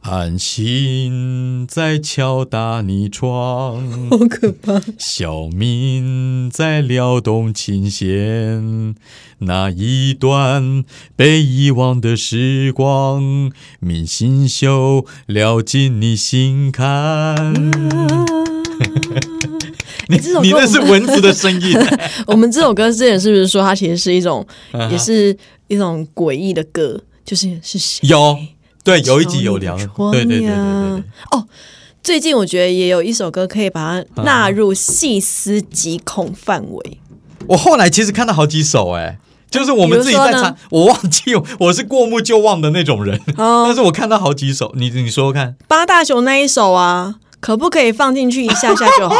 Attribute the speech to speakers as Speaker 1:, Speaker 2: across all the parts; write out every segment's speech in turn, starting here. Speaker 1: 安心在敲打你 窗，
Speaker 2: 好可 怕！
Speaker 1: 小民在撩动琴弦，那一段被遗忘的时光，明星秀撩进你心坎。你
Speaker 2: 嗯哎这首歌
Speaker 1: 你
Speaker 2: 我
Speaker 1: 那
Speaker 2: 们
Speaker 1: 是蚊子的声 音，
Speaker 2: 我们这首歌之前是不是说它其实是一种，
Speaker 1: 啊哈
Speaker 2: 也是一种诡异的歌，就是是谁？
Speaker 1: 有对有一集有聊，
Speaker 2: 窗
Speaker 1: 对对对对对
Speaker 2: 呀
Speaker 1: 对，
Speaker 2: 哦，最近我觉得也有一首歌可以
Speaker 1: 啊
Speaker 2: 把它纳入细思极恐范围。
Speaker 1: 我后来其实看到好几首哎、就是我们自己
Speaker 2: 比
Speaker 1: 在
Speaker 2: 如说呢
Speaker 1: 查，我忘记我是过目就忘的那种人，但
Speaker 2: 哦，
Speaker 1: 是我看到好几首，你你说说看，
Speaker 2: 八大熊那一首啊，可不可以放进去一下下就好？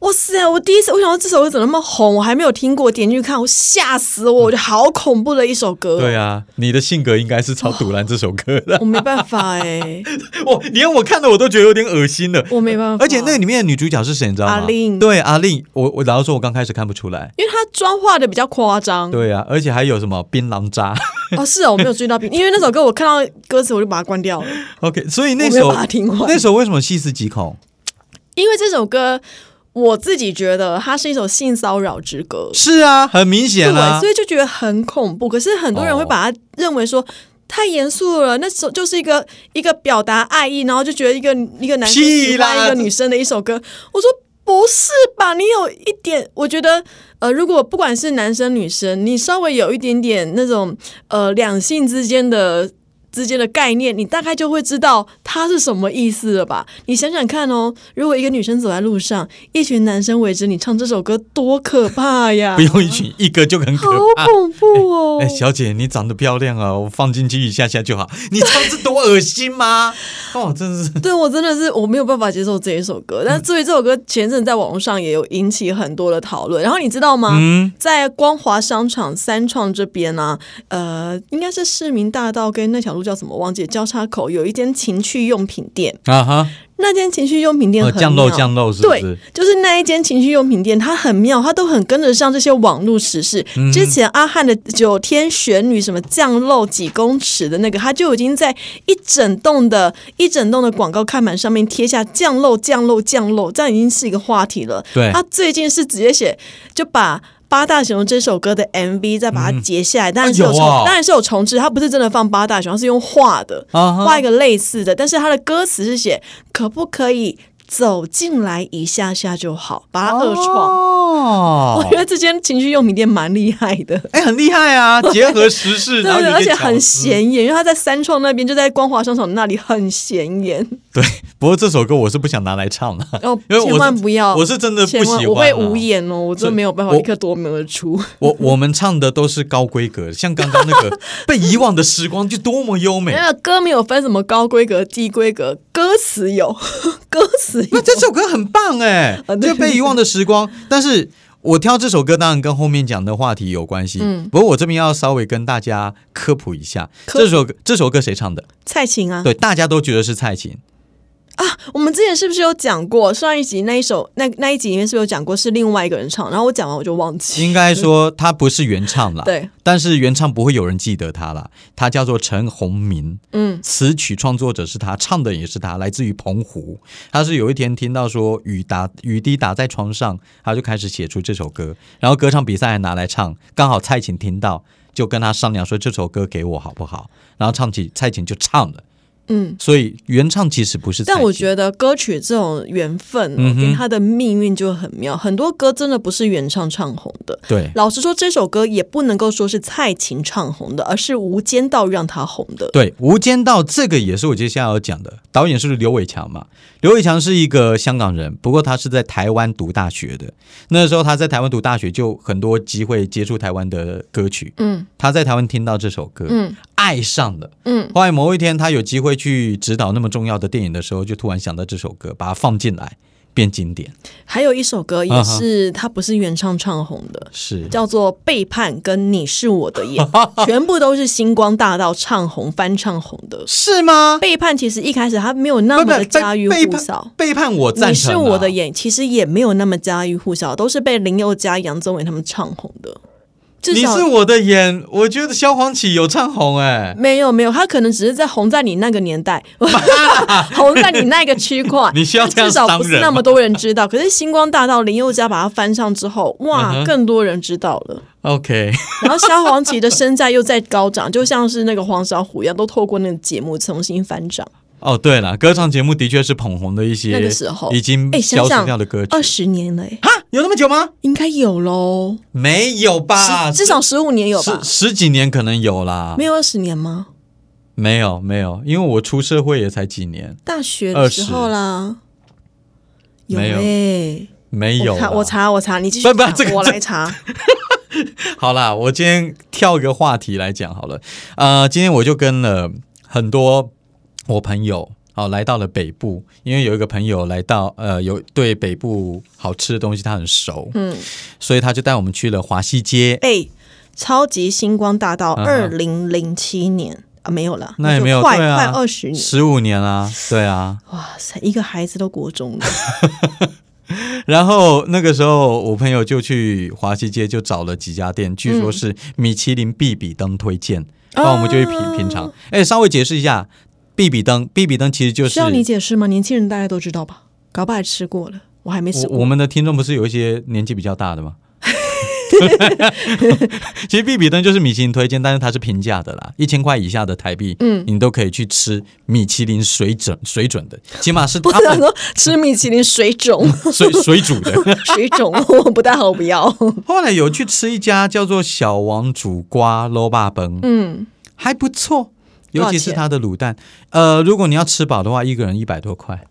Speaker 2: 哇塞！我第一次，我想到这首歌怎么那么红，我还没有听过，点进去看，我吓死我！我觉得好恐怖的一首歌，哦
Speaker 1: 对啊，你的性格应该是超堵拦这首歌的，
Speaker 2: 我没办法哎、
Speaker 1: 我连我看的我都觉得有点恶心了，
Speaker 2: 我没办法。
Speaker 1: 而且那里面的女主角是谁，你知道吗？
Speaker 2: 阿令
Speaker 1: 对阿令，我我老实说，我刚开始看不出来。
Speaker 2: 因为他妆化的比较夸张，
Speaker 1: 对啊，而且还有什么槟榔渣
Speaker 2: 哦，是哦，我没有注意到，因为那首歌我看到歌词我就把它关掉了，
Speaker 1: ？OK，所以
Speaker 2: 我
Speaker 1: 那
Speaker 2: 没有
Speaker 1: 首
Speaker 2: 把它听完。
Speaker 1: 那首为什么细思极恐？
Speaker 2: 因为这首歌，我自己觉得它是一首性骚扰之歌，
Speaker 1: 是啊，很明显啦、
Speaker 2: 对，所以就觉得很恐怖。可是很多人会把它认为说。太严肃了，那时候就是一个一个表达爱意，然后就觉得一个一个男生
Speaker 1: 屁
Speaker 2: 喜
Speaker 1: 啦
Speaker 2: 欢一个女生的一首歌。我说不是吧，你有一点，我觉得呃，如果不管是男生女生，你稍微有一点点那种呃两性之间的之间的概念，你大概就会知道它是什么意思了吧？你想想看哦，如果一个女生走在路上，一群男生围着你唱这首歌，多可怕呀
Speaker 1: 不！用一群一个就很可
Speaker 2: 好
Speaker 1: 怕。
Speaker 2: 恐怖 哦！
Speaker 1: 哎、小姐，你长得漂亮啊，我放进去一下下就 好。你唱这多恶心吗？哦，真是
Speaker 2: 对我真的是我没有办法接受这一首歌，
Speaker 1: 嗯
Speaker 2: 但至于这首歌前阵在网络上也有引起很多的讨论。然后你知道吗？
Speaker 1: 嗯
Speaker 2: 在光华商场三创这边呢、呃，应该是市民大道跟那条路叫什么忘记了交叉口，有一间情趣用品店。
Speaker 1: 啊哈，
Speaker 2: 那间情趣用品店
Speaker 1: 哦，
Speaker 2: 很
Speaker 1: 酱肉
Speaker 2: 妙
Speaker 1: 酱肉是不
Speaker 2: 对
Speaker 1: 是？，
Speaker 2: 就是那一间情趣用品店，它很妙，它都很跟得上这些网络时事。
Speaker 1: 嗯
Speaker 2: 之前阿汉的九天玄女什么降漏几公尺的那个，它就已经在一整栋的一整栋的广告看板上面贴下降漏降漏降漏，这样已经是一个话题了。
Speaker 1: 对
Speaker 2: 他最近是直接写就把。八大熊这首歌的 MV 再把它截下来，当然是有
Speaker 1: 有
Speaker 2: 重，
Speaker 1: 哦
Speaker 2: 当然是有重置，它不是真的放八大熊，它是用画的。
Speaker 1: 啊哈
Speaker 2: 画一个类似的，但是它的歌词是写可不可以走进来一下下就好，把它二创。我
Speaker 1: 哦
Speaker 2: 觉，得这间情趣用品店蛮厉害的。
Speaker 1: 哎、很厉害 啊，结合时事，
Speaker 2: 对
Speaker 1: 然后
Speaker 2: 对，
Speaker 1: 有
Speaker 2: 而
Speaker 1: 点
Speaker 2: 且
Speaker 1: 巧
Speaker 2: 很
Speaker 1: 思。
Speaker 2: 显眼，因为它在三创那边，就在光华商场那里很显眼。
Speaker 1: 对，不过这首歌我是不想拿来唱的、
Speaker 2: 哦，
Speaker 1: 因为我是
Speaker 2: 千万不要，
Speaker 1: 我是真的不
Speaker 2: 千万
Speaker 1: 喜欢
Speaker 2: 我会
Speaker 1: 啊
Speaker 2: 无言哦，我真的没有办法
Speaker 1: 我
Speaker 2: 立刻夺门而出。
Speaker 1: 我我们唱的都是高规格，像刚刚那个 被遗忘的时光就多么优美。
Speaker 2: 那个歌没有分什么高规格、低规格，歌词有， 歌词有
Speaker 1: 那。这首歌很棒哎、
Speaker 2: 啊对
Speaker 1: 就被遗忘的时光。但是我挑这首歌，当然跟后面讲的话题有关系。
Speaker 2: 嗯
Speaker 1: 不过我这边要稍微跟大家科普一下，
Speaker 2: 科普
Speaker 1: 这首歌这首歌谁唱的？
Speaker 2: 蔡琴啊，
Speaker 1: 对，大家都觉得是蔡 琴。
Speaker 2: 我们之前是不是有讲过上一集那一首那那一集里面是不是有讲过是另外一个人唱？然后我讲完我就忘记。
Speaker 1: 应该说它不是原唱啦，
Speaker 2: 对，
Speaker 1: 但是原唱不会有人记得它啦。它叫做陈鸿明，
Speaker 2: 嗯，
Speaker 1: 词曲创作者是他，唱的也是他，来自于澎湖。他是有一天听到说雨打雨滴打在床上，他就开始写出这首歌，然后歌唱比赛还拿来唱，刚好蔡琴听到，就跟他商量说这首歌给我好不好，然后唱起蔡琴就唱了，
Speaker 2: 嗯，
Speaker 1: 所以原唱其实不是蔡琴，
Speaker 2: 但我觉得歌曲这种缘分、哦，
Speaker 1: 嗯哼
Speaker 2: 跟它的命运就很妙。很多歌真的不是原唱唱红的。
Speaker 1: 对
Speaker 2: 老实说，这首歌也不能够说是蔡琴唱红的，而是《无间道》让她红的。
Speaker 1: 对，《无间道》这个也是我接下来要讲的，导演是刘伟强嘛？刘伟强是一个香港人，不过他是在台湾读大学的。那时候他在台湾读大学，就很多机会接触台湾的歌曲。
Speaker 2: 嗯
Speaker 1: 他在台湾听到这首歌，
Speaker 2: 嗯
Speaker 1: 爱上了。
Speaker 2: 嗯，
Speaker 1: 后来某一天，他有机会去指导那么重要的电影的时候，就突然想到这首歌，把它放进来，变经典。
Speaker 2: 还有一首歌也是她不是原唱唱红的，
Speaker 1: 是，
Speaker 2: 叫做《背叛》跟《你是我的 眼》，全部都是星光大道唱红翻唱红的。
Speaker 1: 是吗？
Speaker 2: 背叛其实一开始他没有那么的家喻
Speaker 1: 背
Speaker 2: 户
Speaker 1: 叛
Speaker 2: 晓，，
Speaker 1: 背叛我赞
Speaker 2: 你
Speaker 1: 成、
Speaker 2: 是
Speaker 1: 啊。
Speaker 2: 我的眼，其实也没有那么家喻户晓，都是被林宥嘉、杨宗纬他们唱红的。至
Speaker 1: 你
Speaker 2: 少
Speaker 1: 是我的眼，我觉得萧煌奇有唱红哎、
Speaker 2: 没有没有，他可能只是在红在你那个 年代，红在你那个区块。
Speaker 1: 你需要这样
Speaker 2: 至少不
Speaker 1: 伤
Speaker 2: 是
Speaker 1: 人
Speaker 2: 那
Speaker 1: 吗
Speaker 2: 么多人知道，可是《星光大道》林宥嘉把它翻唱之后，哇，
Speaker 1: 嗯哼
Speaker 2: 更多人知道了。
Speaker 1: OK，
Speaker 2: 然后萧煌奇的身价又在高涨，就像是那个黄小琥一样，都透过那个节目重新翻涨。
Speaker 1: 哦对了，歌唱节目的确是捧红的一些
Speaker 2: 那个时候
Speaker 1: 已经
Speaker 2: 哎，
Speaker 1: 消失
Speaker 2: 想想
Speaker 1: 掉的歌曲
Speaker 2: 二十年了，哎，
Speaker 1: 哈，有那么久吗？
Speaker 2: 应该有喽，
Speaker 1: 没有吧？
Speaker 2: 十至少十五年有吧
Speaker 1: 十？十几年可能有啦。
Speaker 2: 没有二十年吗？
Speaker 1: 没有没有，因为我出社会也才几年，
Speaker 2: 大学的时候啦，有
Speaker 1: 没有
Speaker 2: 哎，
Speaker 1: 没有
Speaker 2: 我查
Speaker 1: 啦。
Speaker 2: 我查我查，你继续
Speaker 1: 不不
Speaker 2: 查
Speaker 1: 这个
Speaker 2: 我
Speaker 1: 这
Speaker 2: 来查。
Speaker 1: 好啦，我今天跳一个话题来讲好了。呃，今天我就跟了很多我朋友。好，来到了北部，因为有一个朋友来到，呃，有对北部好吃的东西他很熟，
Speaker 2: 嗯，
Speaker 1: 所以他就带我们去了华西街。
Speaker 2: 哎，超级星光大道，
Speaker 1: 嗯
Speaker 2: 二
Speaker 1: 哼
Speaker 2: 零零七年啊，没有了，
Speaker 1: 那也
Speaker 2: 就
Speaker 1: 没有
Speaker 2: 快
Speaker 1: 对啊
Speaker 2: 快二十年，
Speaker 1: 十五年啦、对啊。
Speaker 2: 哇塞，一个孩子都国中了，
Speaker 1: 然后那个时候，我朋友就去华西街就找了几家店，据说
Speaker 2: 嗯
Speaker 1: 是米其林必比登推荐，
Speaker 2: 哦
Speaker 1: 然后我们就去品品尝。哎，稍微解释一下，必比登，必比登其实 就是
Speaker 2: 需要你解释吗？年轻人大家都知道吧？搞不好还吃过了，我还没吃
Speaker 1: 我
Speaker 2: 过。
Speaker 1: 我们的听众不是有一些年纪比较大的吗？其实必比登就是米其林推荐，但是它是平价的啦，一千块以下的台币，嗯，你都可以去吃米其林水准水准的，起码是
Speaker 2: 不
Speaker 1: 他
Speaker 2: 想
Speaker 1: 们
Speaker 2: 说吃米其林水 肿，
Speaker 1: 水水煮的。
Speaker 2: 水肿我不太好，不要。
Speaker 1: 后来有去吃一家叫做小王煮瓜捞霸崩，
Speaker 2: 嗯，
Speaker 1: 还不错，
Speaker 2: 多少
Speaker 1: 尤其是
Speaker 2: 钱
Speaker 1: 它的卤蛋。呃，如果你要吃饱的话，一个人一百多块。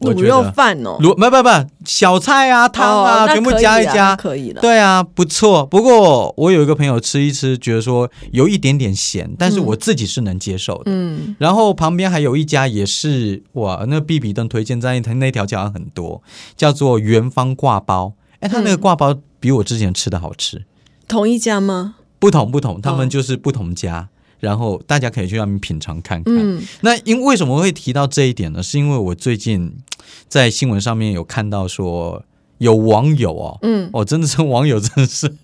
Speaker 1: 我
Speaker 2: 卤
Speaker 1: 觉
Speaker 2: 肉
Speaker 1: 得
Speaker 2: 饭哦，
Speaker 1: 卤不不不，小菜啊、汤啊，
Speaker 2: 哦那
Speaker 1: 全部
Speaker 2: 可以
Speaker 1: 加一
Speaker 2: 啦
Speaker 1: 加。
Speaker 2: 可以了。
Speaker 1: 对啊，不错。不过我有一个朋友吃一吃，觉得说有一点点咸，但是我自己是能接受的。
Speaker 2: 嗯，
Speaker 1: 然后旁边还有一家也是哇，那必比登推荐在那那条街好像很多，叫做元芳挂包。哎，他那
Speaker 2: 嗯
Speaker 1: 个挂包比我之前吃的好吃。
Speaker 2: 同一家吗？
Speaker 1: 不同不同，他
Speaker 2: 哦
Speaker 1: 们就是不同家，然后大家可以去那边品尝看看。
Speaker 2: 嗯
Speaker 1: 那因为什么会提到这一点呢？是因为我最近在新闻上面有看到说，有网友哦，
Speaker 2: 嗯，
Speaker 1: 哦，真的是网友，真的是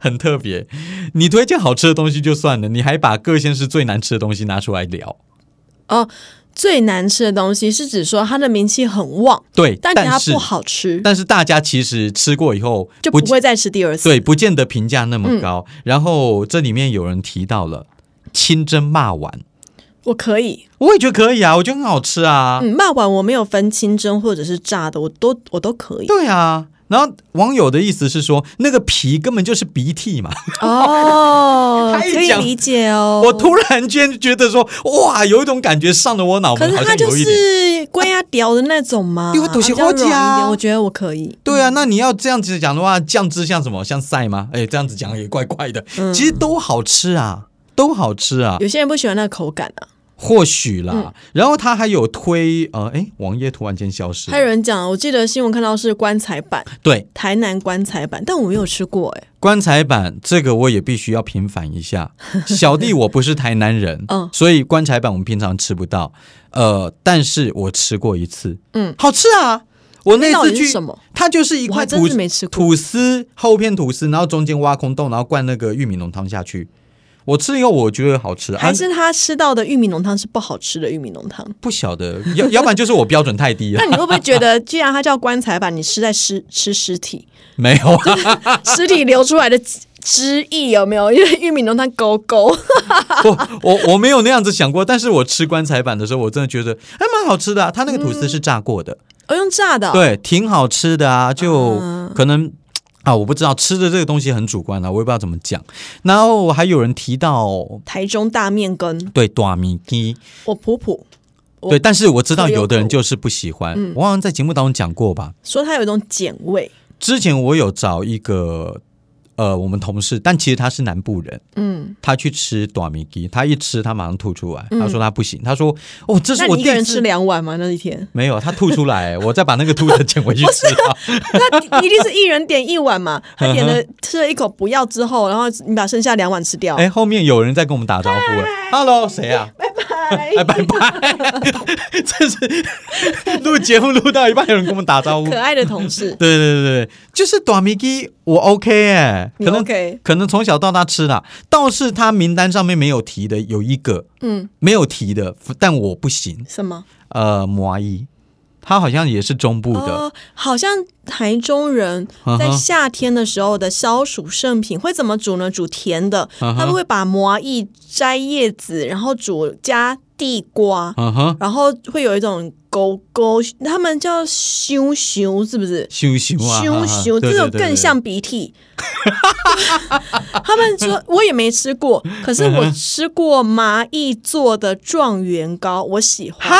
Speaker 1: 很特别。你推荐好吃的东西就算了，你还把各县市最难吃的东西拿出来聊。
Speaker 2: 哦，最难吃的东西是指说它的名气很旺，
Speaker 1: 对，
Speaker 2: 但
Speaker 1: 但
Speaker 2: 它
Speaker 1: 是
Speaker 2: 不好吃，
Speaker 1: 但是大家其实吃过以后
Speaker 2: 就不会再嗯吃第二次。
Speaker 1: 对，不见得评价那么高。然后这里面有人提到了清蒸骂丸。
Speaker 2: 我可以，
Speaker 1: 我也觉得可以啊，我觉得很好吃啊。
Speaker 2: 嗯，骂碗我没有分清蒸或者是炸的，我都我都 可以。
Speaker 1: 对啊，然后网友的意思是说，那个皮根本就是鼻涕嘛。
Speaker 2: 哦，
Speaker 1: 他一
Speaker 2: 可以
Speaker 1: 讲
Speaker 2: 理解哦。
Speaker 1: 我突然间觉得说，哇，有一种感觉上了我脑
Speaker 2: 可
Speaker 1: 门，
Speaker 2: 是嗯
Speaker 1: 好
Speaker 2: 它
Speaker 1: 像
Speaker 2: 就
Speaker 1: 有一点。
Speaker 2: 是龟鸭屌的那种嘛，
Speaker 1: 因为都是
Speaker 2: 啊比较
Speaker 1: 好吃啊
Speaker 2: 软一点我觉得我可以。
Speaker 1: 对啊，那你要这样子讲的话，酱汁像什么？像塞吗？哎，这样子讲也怪怪的。
Speaker 2: 嗯
Speaker 1: 其实都好吃啊，都好吃啊，
Speaker 2: 有些人不喜欢那个口感啊，
Speaker 1: 或许啦。
Speaker 2: 嗯
Speaker 1: 然后他还有推呃，哎，网页突然间消失了
Speaker 2: 还。有人讲，我记得新闻看到是棺材板，
Speaker 1: 对，
Speaker 2: 台南棺材板，但我没有吃过哎、
Speaker 1: 棺材板这个我也必须要平反一 下，小弟我不是台南人，
Speaker 2: 嗯
Speaker 1: 所以棺材板我们平常吃不到，呃，但是我吃过一次，
Speaker 2: 嗯，
Speaker 1: 好吃啊！我那
Speaker 2: 到
Speaker 1: 次
Speaker 2: 底
Speaker 1: 去
Speaker 2: 是，什么？
Speaker 1: 它就是一
Speaker 2: 我还
Speaker 1: 块
Speaker 2: 真
Speaker 1: 吐
Speaker 2: 是没吃过。
Speaker 1: 吐司厚片吐司，然后中间挖空洞，然后灌那个玉米浓汤下去。我吃了以后我觉得好吃，
Speaker 2: 还
Speaker 1: 啊、
Speaker 2: 是他吃到的玉米浓汤是不好吃的玉米浓 汤？
Speaker 1: 不晓得，要 要不然就是我标准太低了
Speaker 2: 那，你会不会觉得，既然它叫棺材板，你是在吃吃尸 体，
Speaker 1: 没有啊，
Speaker 2: 尸体流出来的汁液有没有？因为玉米浓汤勾勾，
Speaker 1: 我我我没有那样子想过，但是我吃棺材板的时候，我真的觉得还蛮好吃的、啊，它那个吐司是炸过的。
Speaker 2: 哦，用炸的哦、
Speaker 1: 对，挺好吃的啊，就
Speaker 2: 嗯
Speaker 1: 可能。啊，我不知道吃的这个东西很主观啊，我也不知道怎么讲。然后还有人提到
Speaker 2: 台中大面羹，
Speaker 1: 对短米鸡，
Speaker 2: 我普普我嗯
Speaker 1: 对，但是我知道
Speaker 2: 我有
Speaker 1: 有的人
Speaker 2: 口
Speaker 1: 就是不喜欢。我好像在节目当中讲过吧。
Speaker 2: 说它有一种碱味，
Speaker 1: 之前我有找一个呃，我们同事，但其实他是南部人，
Speaker 2: 嗯，
Speaker 1: 他去吃短米鸡，他一吃他马上吐出来，他说他不行，他说哦，这是
Speaker 2: 那
Speaker 1: 我
Speaker 2: 你一
Speaker 1: 第
Speaker 2: 个人
Speaker 1: 次
Speaker 2: 吃两碗吗？那一 天
Speaker 1: 没有，他吐出来，我再把那个吐的捡回去 吃啊。
Speaker 2: 那你一定是一人点一 碗嘛？
Speaker 1: 嗯
Speaker 2: 他点了吃了一口不要之后，然后你把剩下两碗吃掉。
Speaker 1: 哎，后面有人在跟我们打招呼哎，Hello，谁啊？拜
Speaker 2: 拜
Speaker 1: 哎，拜拜！这是录节目录到一半，有人跟我们打招呼。
Speaker 2: 可
Speaker 1: 对，
Speaker 2: 爱的同事
Speaker 1: 对对对，就是短米鸡，我 OK 哎、
Speaker 2: 你
Speaker 1: 可能
Speaker 2: OK
Speaker 1: 可能从小到大吃啦，倒是他名单上面没有提的有一个
Speaker 2: 嗯，
Speaker 1: 没有提的，但我不行。
Speaker 2: 什么？
Speaker 1: 呃，麻伊，他好像也是中部的，
Speaker 2: 哦，好像台中人
Speaker 1: 嗯哼
Speaker 2: 在夏天的时候的消暑圣品会怎么煮呢？煮甜的，
Speaker 1: 嗯哼
Speaker 2: 他们会把麻叶摘叶子，然后煮加地瓜，
Speaker 1: 嗯哼，
Speaker 2: 然后会有一种勾勾，他们叫咻咻，是不是？
Speaker 1: 羞羞啊，
Speaker 2: 咻咻，
Speaker 1: 对
Speaker 2: 这
Speaker 1: 对
Speaker 2: 种更。
Speaker 1: 对对对
Speaker 2: 像鼻涕。他们说我也没吃过，可是
Speaker 1: 嗯
Speaker 2: 我吃过麻蚁做的状元糕，我喜欢。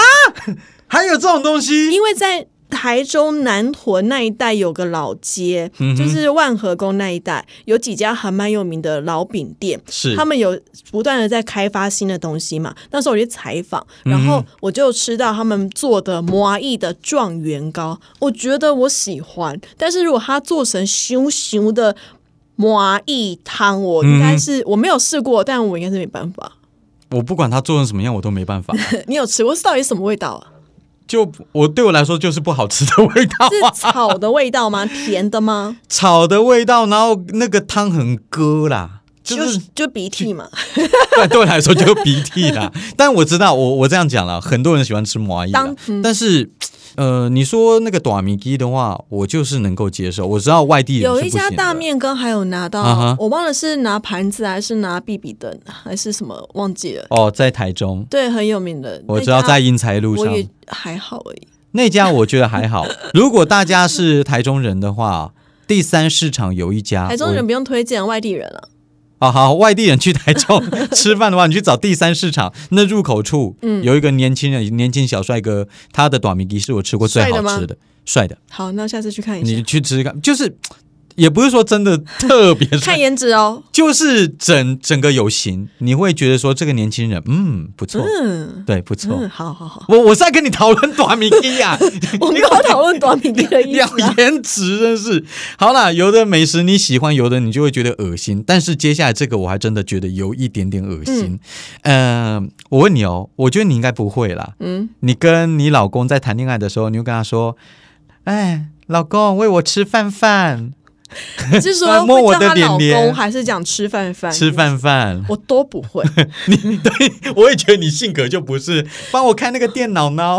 Speaker 1: 还有这种东西，
Speaker 2: 因为在台中南屯那一带有个老街，
Speaker 1: 嗯哼
Speaker 2: 就是万和宫那一带，有几家还蛮有名的老饼店。
Speaker 1: 是
Speaker 2: 他们有不断的在开发新的东西嘛？那时候我去采访，然
Speaker 1: 嗯
Speaker 2: 后我就吃到他们做的摩意的状元糕，我觉得我喜欢。但是如果它做成熊熊的摩意汤，我应
Speaker 1: 嗯
Speaker 2: 该是、我没有试过，但我应该是没办法。
Speaker 1: 我不管他做成什么样，我都没办法。
Speaker 2: 你有吃过？是到底什么味道啊？
Speaker 1: 就我对我来说，就是不好吃的味道啊。
Speaker 2: 是草的味道吗？甜的吗？
Speaker 1: 草的味道，然后那个汤很割啦，就
Speaker 2: 就是就鼻涕嘛，
Speaker 1: 对对我来说就是鼻涕啦。 但我知道，我我这样讲了，很多人喜欢吃麻叶啦
Speaker 2: 当嗯
Speaker 1: 但是，呃，你说那个短米鸡的话，我就是能够接受。我知道外地人
Speaker 2: 有
Speaker 1: 是
Speaker 2: 一
Speaker 1: 不
Speaker 2: 家
Speaker 1: 行
Speaker 2: 大
Speaker 1: 的
Speaker 2: 面羹还有拿到
Speaker 1: 啊哈
Speaker 2: 我忘了是拿盘子还是拿比比灯还是什么，忘记了。
Speaker 1: 哦，在台中，
Speaker 2: 对，很有名的。
Speaker 1: 我
Speaker 2: 那
Speaker 1: 知道
Speaker 2: 家
Speaker 1: 在英才路
Speaker 2: 我
Speaker 1: 上
Speaker 2: 也还好而已。
Speaker 1: 那家，我觉得还好。如果大家是台中人的话，第三市场有一家，
Speaker 2: 台中
Speaker 1: 我
Speaker 2: 人不用推荐，外地人了。
Speaker 1: 啊，好，外地人去台中 吃饭的话，你去找第三市场那入口处，
Speaker 2: 嗯
Speaker 1: 有一个年轻人，年轻小帅哥，他的短米鸡是我吃过最好
Speaker 2: 帅的吗
Speaker 1: 吃的，帅的，
Speaker 2: 好，那下次去嗯看一下
Speaker 1: 你，去吃吃看，就是也不是说真的特别帅
Speaker 2: 看，颜值哦。
Speaker 1: 就是整整个有型，你会觉得说这个年轻人，嗯，不错，
Speaker 2: 嗯
Speaker 1: 对，不错。
Speaker 2: 嗯，好好好，
Speaker 1: 我我是在跟你讨论短米鸡呀、
Speaker 2: 我们都要讨论短米粒的 意
Speaker 1: 要
Speaker 2: 思啊。
Speaker 1: 颜值真是好啦，有的美食你喜欢，有的你就会觉得恶心。但是接下来这个我还真的觉得有一点点恶心。嗯、我问你哦，我觉得你应该不会啦。
Speaker 2: 嗯，
Speaker 1: 你跟你老公在谈恋爱的时候，你就跟他说：“哎，老公，喂我吃饭饭，
Speaker 2: 你是说
Speaker 1: 摸我
Speaker 2: 会
Speaker 1: 的
Speaker 2: 叫她老
Speaker 1: 脸脸
Speaker 2: 公，还是讲吃饭饭？
Speaker 1: 吃，饭饭。
Speaker 2: 我都不会。
Speaker 1: 我也觉得你性格就不是帮我开那个电脑 呢，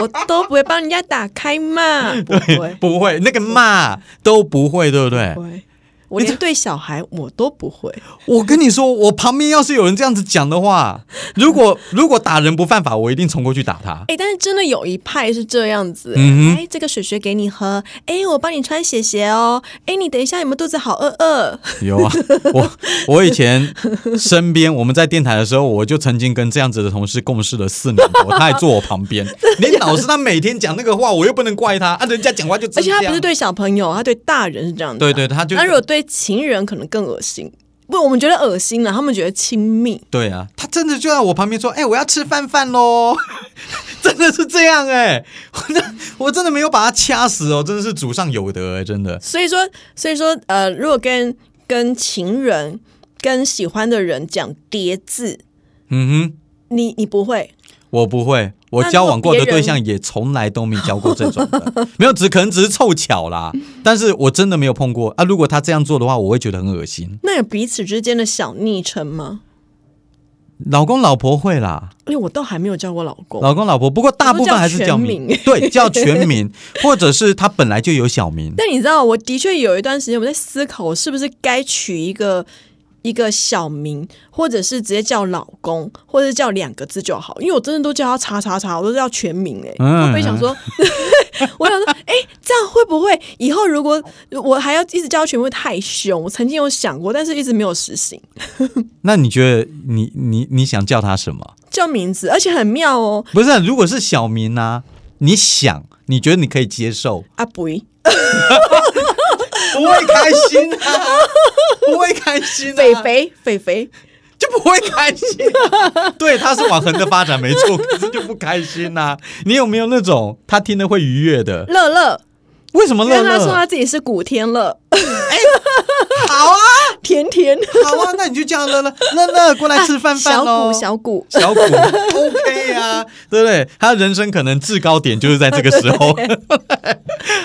Speaker 2: 我都不会帮人家打开嘛，不会，
Speaker 1: 不会，那个骂都不会，对不对
Speaker 2: 不？会，我连对小孩我都不会。
Speaker 1: 我跟你说，我旁边要是有人这样子讲的话，如果如果打人不犯法，我一定冲过去打他。
Speaker 2: 哎，但是真的有一派是这样子，
Speaker 1: 嗯
Speaker 2: 哎，这个水水给你喝，哎，我帮你穿鞋鞋哦，哎，你等一下有没有肚子好饿饿？
Speaker 1: 有啊，我我以前身边我们在电台的时候，我就曾经跟这样子的同事共事了四年多，他还坐我旁 边。你老是他每天讲那个话，我又不能怪他啊，人家讲话就真
Speaker 2: 而且他
Speaker 1: 这样
Speaker 2: 不是对小朋友，他对大人是这样子啊。
Speaker 1: 对对，他就
Speaker 2: 那如果对情人可能更恶心，不，我们觉得恶心了，他们觉得亲密。
Speaker 1: 对啊，他真的就在我旁边说：“哎、我要吃饭饭喽！” 真的是这样哎、我真的我真的没有把他掐死哦，真的是祖上有德哎、真的。
Speaker 2: 所以说，所以说，呃，如果跟跟情人、跟喜欢的人讲叠字，
Speaker 1: 嗯哼。
Speaker 2: 你你不会，
Speaker 1: 我不会，我
Speaker 2: 那如果
Speaker 1: 交往过的
Speaker 2: 别人
Speaker 1: 对象也从来都没交过这种 的，没有，只可能只是凑巧啦。但是我真的没有碰过啊。如果他这样做的话，我会觉得很恶心。
Speaker 2: 那有彼此之间的小昵称吗？
Speaker 1: 老公老婆会啦，
Speaker 2: 因哎为我倒还没有叫过老公，
Speaker 1: 老公老婆，不过大部分还是叫
Speaker 2: 我
Speaker 1: 名，
Speaker 2: 哦都 叫
Speaker 1: 对，叫全名，或者是他本来就有小名。
Speaker 2: 但你知道，我的确有一段时间我在思考，我是不是该取一个一个小名，或者是直接叫老公，或者是叫两个字就好，因为我真的都叫他叉叉叉，我都叫全名哎、欸，
Speaker 1: 嗯
Speaker 2: 我会想说， 我想说，哎、这样会不会以后如果我还要一直叫他全名会太凶？我曾经有想过，但是一直没有实行。
Speaker 1: 那你觉得你你你想叫他什么？
Speaker 2: 叫名字，而且很妙哦！
Speaker 1: 不是，啊如果是小名呢、你想，你觉得你可以接 受，
Speaker 2: 阿布
Speaker 1: 不会开心啊，不会开心、啊，
Speaker 2: 肥肥肥肥，
Speaker 1: 就不会开心。 对，他是往横的发展没错，可是就不开心呐、啊你有没有那种他听了会愉悦的？
Speaker 2: 乐乐，
Speaker 1: 为什么
Speaker 2: 因
Speaker 1: 哦乐
Speaker 2: 为他说
Speaker 1: 乐？
Speaker 2: 他自己是古天乐，
Speaker 1: 哎好啊，
Speaker 2: 甜甜
Speaker 1: 好啊，那你就叫乐乐乐乐过来吃饭饭
Speaker 2: 啊小
Speaker 1: 喽。
Speaker 2: 谷小谷，
Speaker 1: 小谷 OK 啊，对不对？他人生可能制高点就是在这个时候。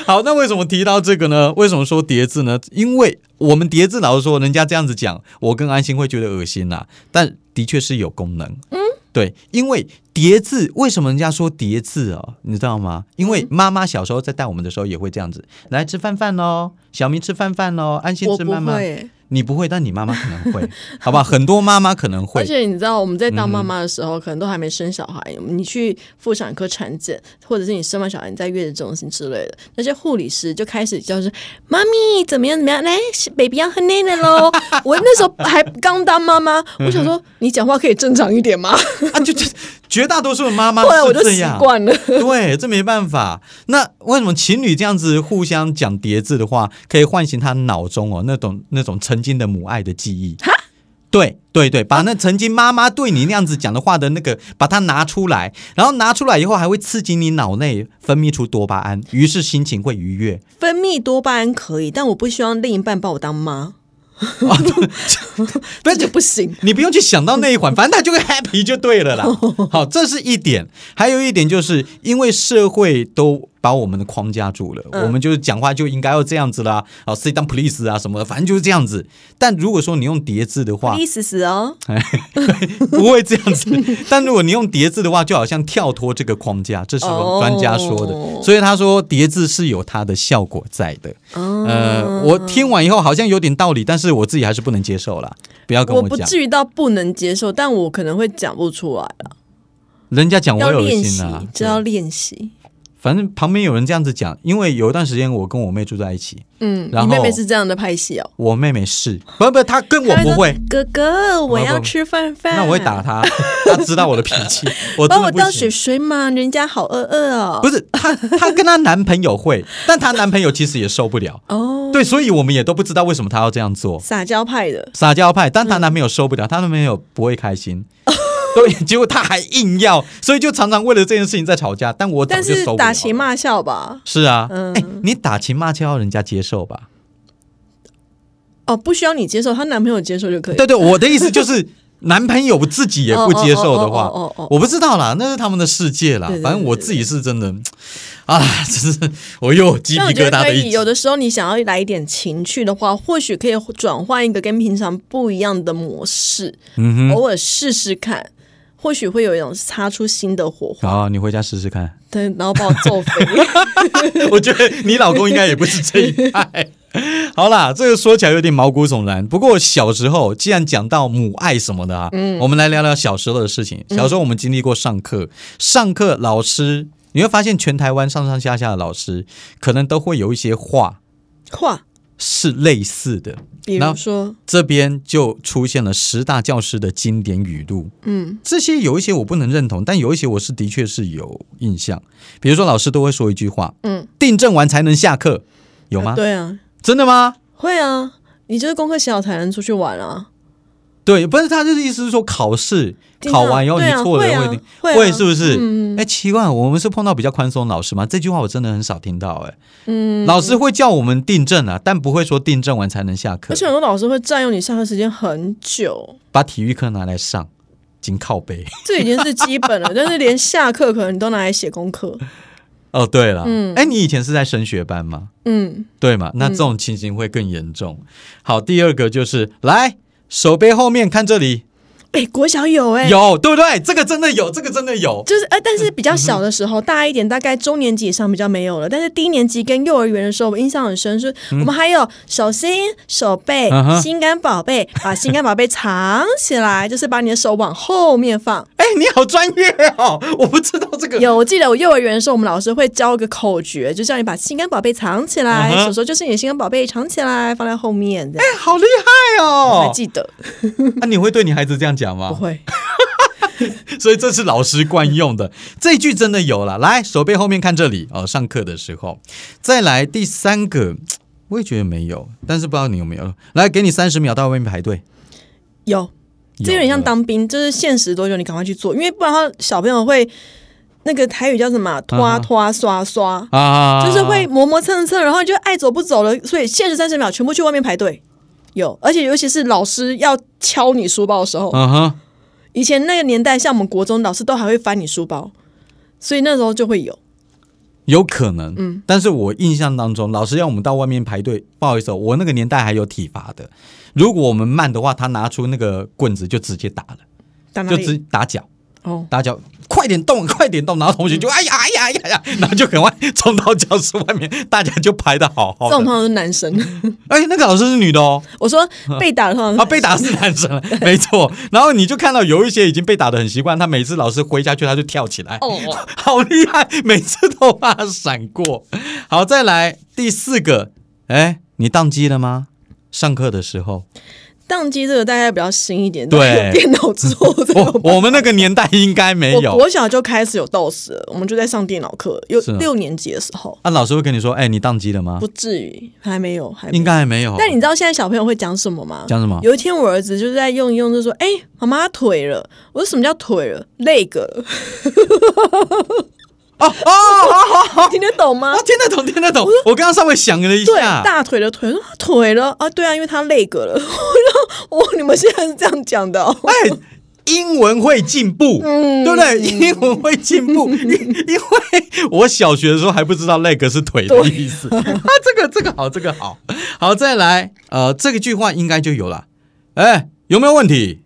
Speaker 1: 好，那为什么提到这个呢？为什么说叠字呢？因为我们叠字，老实说，人家这样子讲，我跟安心会觉得恶心啦、啊但的确是有功能。嗯，对，因为叠字，为什么人家说叠字哦？你知道吗？因为妈妈小时候在带我们的时候也会这样子，来吃饭饭喽，小明吃饭饭喽，安心
Speaker 2: 我
Speaker 1: 吃
Speaker 2: 不
Speaker 1: 饭饭。
Speaker 2: 会。
Speaker 1: 你不会，但你妈妈可能会，好吧？很多妈妈可能会嗯
Speaker 2: 而。且你知道，我们在当妈妈的时候，可能都还没生小孩。你去妇产科产检，或者是你生完小孩，你在月子中心之类的，那些护理师就开始就是“妈咪怎么样怎么样，来，baby 要喝奶奶 喽。”我那时候还刚当妈妈，我想说，你讲话可以正常一点吗？
Speaker 1: 啊，就就绝大多数的妈妈
Speaker 2: 后来
Speaker 1: 哦
Speaker 2: 我
Speaker 1: 是
Speaker 2: 就
Speaker 1: 这
Speaker 2: 习
Speaker 1: 样。
Speaker 2: 惯了。
Speaker 1: 对，这没办法。那为什么情侣这样子互相讲叠字的话，可以唤醒他脑中哦那种那种曾经的母爱的记忆？对对对，把那曾经妈妈对你那样子讲的话的那个，把它拿出来，然后拿出来以后还会刺激你脑内分泌出多巴胺，于是心情会愉悦。
Speaker 2: 分泌多巴胺可以，但我不希望另一半把我当妈，
Speaker 1: 不
Speaker 2: 那
Speaker 1: 是
Speaker 2: 就不行。
Speaker 1: 你不用去想到那一环，反正他就会 happy 就对 了啦。好，这是一点，还有一点就是因为社会都把我们的框架住了，
Speaker 2: 嗯
Speaker 1: 我们就是讲话就应该要这样子啦，好 sit down please 啊什么的，反正就是这样子。但如果说你用叠字的 话，
Speaker 2: 意思是哦，
Speaker 1: 不会这样子。 但如果你用叠字的话，就好像跳脱这个框架，这是我们专家说的。
Speaker 2: 哦
Speaker 1: 所以他说叠字是有它的效果在的。
Speaker 2: 嗯
Speaker 1: 呃，我听完以后好像有点道理，但是我自己还是不能接受啦。不要跟
Speaker 2: 我
Speaker 1: 我
Speaker 2: 不
Speaker 1: 讲，
Speaker 2: 至于到不能接受，但我可能会讲不出来了，
Speaker 1: 人家讲我
Speaker 2: 要
Speaker 1: 会恶
Speaker 2: 练习
Speaker 1: 心啊，，
Speaker 2: 这要练习。
Speaker 1: 反正旁边有人这样子讲，因为有一段时间我跟我妹住在一起，
Speaker 2: 嗯，
Speaker 1: 然
Speaker 2: 你
Speaker 1: 后
Speaker 2: 妹妹是这样的派系哦。
Speaker 1: 我妹妹是不不，她跟我不会，
Speaker 2: 哥哥，我
Speaker 1: 不
Speaker 2: 要
Speaker 1: 不
Speaker 2: 吃饭饭。
Speaker 1: 那我会打， 她，她知道我的脾气，我真
Speaker 2: 帮
Speaker 1: 的
Speaker 2: 我
Speaker 1: 不
Speaker 2: 倒水
Speaker 1: 行。
Speaker 2: 水嘛，人家好饿饿哦。
Speaker 1: 不是她，她跟她男朋友会，但她男朋友其实也受不了，
Speaker 2: 哦，
Speaker 1: 对，所以我们也都不知道为什么她要这样做，
Speaker 2: 撒娇派的，
Speaker 1: 撒娇派，但她男朋友受不了，她男朋友不会开心，
Speaker 2: 嗯
Speaker 1: 对，结果她还硬要，所以就常常为了这件事情在吵架，但我早
Speaker 2: 但
Speaker 1: 就是受不了
Speaker 2: 打情
Speaker 1: 了
Speaker 2: 骂俏吧？
Speaker 1: 是啊，哎、
Speaker 2: 嗯
Speaker 1: 你打情骂俏要人家接受吧？
Speaker 2: 哦，不需要你接受，她男朋友接受就可以。
Speaker 1: 对对，我的意思就是， 男朋友自己也不接受的话
Speaker 2: 哦哦哦哦哦哦哦，
Speaker 1: 我不知道啦，那是他们的世界啦
Speaker 2: 对对。对
Speaker 1: 反正我自己是真的，啊，真是我又有鸡皮
Speaker 2: 但我觉
Speaker 1: 疙
Speaker 2: 得
Speaker 1: 瘩
Speaker 2: 可
Speaker 1: 的一
Speaker 2: 以，
Speaker 1: 集
Speaker 2: 有的时候你想要来一点情趣的话，或许可以转换一个跟平常不一样的模式，
Speaker 1: 嗯
Speaker 2: 偶尔试试看，或许会有一种擦出新的火花。
Speaker 1: 好，你回家试试看。
Speaker 2: 对，然后把我揍飞。
Speaker 1: 我觉得你老公应该也不是这一派。好 啦，这个说起来有点毛骨悚然。不过小时候，既然讲到母爱什么的啊，
Speaker 2: 嗯
Speaker 1: 我们来聊聊小时候的事情。小时候我们经历过上课，上课老师你会发现，全台湾上上下下的老师可能都会有一些话
Speaker 2: 话，
Speaker 1: 是类似的。
Speaker 2: 比如说，
Speaker 1: 这边就出现了十大教师的经典语录。嗯，这些有一些我不能认同，但有一些我是的确是有印象。比如说，老师都会说一句话：“
Speaker 2: 嗯，
Speaker 1: 订正完才能下课。”有吗？
Speaker 2: 对啊，
Speaker 1: 真的吗？
Speaker 2: 会啊，你就是功课写好才能出去玩啊。
Speaker 1: 对，不是，他就是意思是说考试
Speaker 2: 订正
Speaker 1: 考完以后你
Speaker 2: 对啊
Speaker 1: 错了
Speaker 2: 会啊
Speaker 1: 会定
Speaker 2: 会啊
Speaker 1: 会是不是？哎、
Speaker 2: 嗯
Speaker 1: 奇怪，我们是碰到比较宽松的老师吗？这句话我真的很少听到、哎，嗯，老师会叫我们订正啊，但不会说订正完才能下课
Speaker 2: 而，且很多老师会占用你上课时间很久，
Speaker 1: 把体育课拿来上，紧靠背。
Speaker 2: 这已经是基本了。但 是连下课可能你都拿来写功课。
Speaker 1: 哦，对了，嗯，哎，你以前是在升学班吗？
Speaker 2: 嗯，
Speaker 1: 对嘛？那这种情形会更严重。好，第二个就是来手背后面看这里，
Speaker 2: 哎、国小有哎、
Speaker 1: 有对不对？这个真的有，这个真的有。
Speaker 2: 就是哎、呃但是比
Speaker 1: 嗯
Speaker 2: 较小的时候，大一点，大概中年级以上比较没有了。但是低年级跟幼儿园的时候，我印象很深，是我们还有手心、手背
Speaker 1: 嗯、哼
Speaker 2: 心肝宝贝，把心肝宝贝藏起来，就是把你的手往后面放。
Speaker 1: 哎，你好专业哦，我不知道这个。
Speaker 2: 有，我记得我幼儿园的时候，我们老师会教一个口诀，就叫你把心肝宝贝藏起来
Speaker 1: 嗯哼
Speaker 2: 手手就是你的心肝宝贝藏起来，放在后面这样。
Speaker 1: 哎，好厉害
Speaker 2: 我还
Speaker 1: 哦！
Speaker 2: 记得，
Speaker 1: 那、你会对你孩子这样讲
Speaker 2: 不
Speaker 1: 吗？
Speaker 2: 会，
Speaker 1: 所以这是老师惯用的，这一句真的有了。来，手背后面看这里哦，上课的时候。再来第三个，我也觉得没有，但是不知道你有没有。来，给你三十秒到外面排队。
Speaker 2: 有，这有点像
Speaker 1: 了
Speaker 2: 当兵，就是限时多久你赶快去做，因为不然的话小朋友会那个台语叫什么啊？拖拖刷刷，
Speaker 1: 嗯啊，
Speaker 2: 就是会磨磨蹭蹭，然后你就爱走不走了。所以限时三十秒，全部去外面排队。有，而且尤其是老师要敲你书包的时候，
Speaker 1: 嗯哼，
Speaker 2: 以前那个年代，像我们国中老师都还会翻你书包，所以那时候就会有。
Speaker 1: 有可能，嗯，但是我印象当中，老师要我们到外面排队，不好意思、哦，我那个年代还有体罚的，如果我们慢的话，他拿出那个棍子就直接打了，
Speaker 2: 打哪
Speaker 1: 就
Speaker 2: 里
Speaker 1: 直打脚。
Speaker 2: 哦，
Speaker 1: 大家快点动，快点动，然后同学就
Speaker 2: 嗯
Speaker 1: 哎呀哎呀哎呀哎呀，然后就赶快冲到教室外面，大家就排的好好
Speaker 2: 这种
Speaker 1: 的。
Speaker 2: 通常是男生。
Speaker 1: 哎，那个老师是女的哦，
Speaker 2: 我说被打的 通常 是
Speaker 1: 啊，被打是男生了，没错。然后你就看到有一些已经被打的很习惯，他每次老师挥下去，他就跳起来，
Speaker 2: 哦，
Speaker 1: 好厉害，每次都把他闪过。好，再来第四个，哎，你宕机了吗？上课的时 候，
Speaker 2: 宕机这个大概比较新一点，
Speaker 1: 对哦
Speaker 2: 但有 电脑之后这个。
Speaker 1: 我我们那个年代应该没
Speaker 2: 我
Speaker 1: 有。
Speaker 2: 国小就开始有 DOS，了我们就在上电脑课，有
Speaker 1: 是啊
Speaker 2: 六年级的时候，
Speaker 1: 啊，老师会跟你说，哎，你宕机了吗
Speaker 2: 不？至于，还没有，还没有
Speaker 1: 应该还没有。
Speaker 2: 但你知道现在小朋友会讲什么吗？
Speaker 1: 讲什么
Speaker 2: 有一天我儿子就是在用一用，就说：“哎、妈妈腿了。”我说：“什么叫腿了？累个了。哦”听得懂吗
Speaker 1: 啊，？听得懂，听得懂。我刚刚稍微想了一
Speaker 2: 对，
Speaker 1: 下，
Speaker 2: 大腿的腿，我说啊腿了啊，对啊，因为他累个了。 我说：“哦，你们现在是这样讲的、哦？”
Speaker 1: 哎，英文会进步，
Speaker 2: 嗯
Speaker 1: 对不对？英文会进步，因因为我小学的时候还不知道 leg 是腿的意思 啊。这个这个好，这个好，好再来，呃，这个句话应该就有了。哎，有没有问题？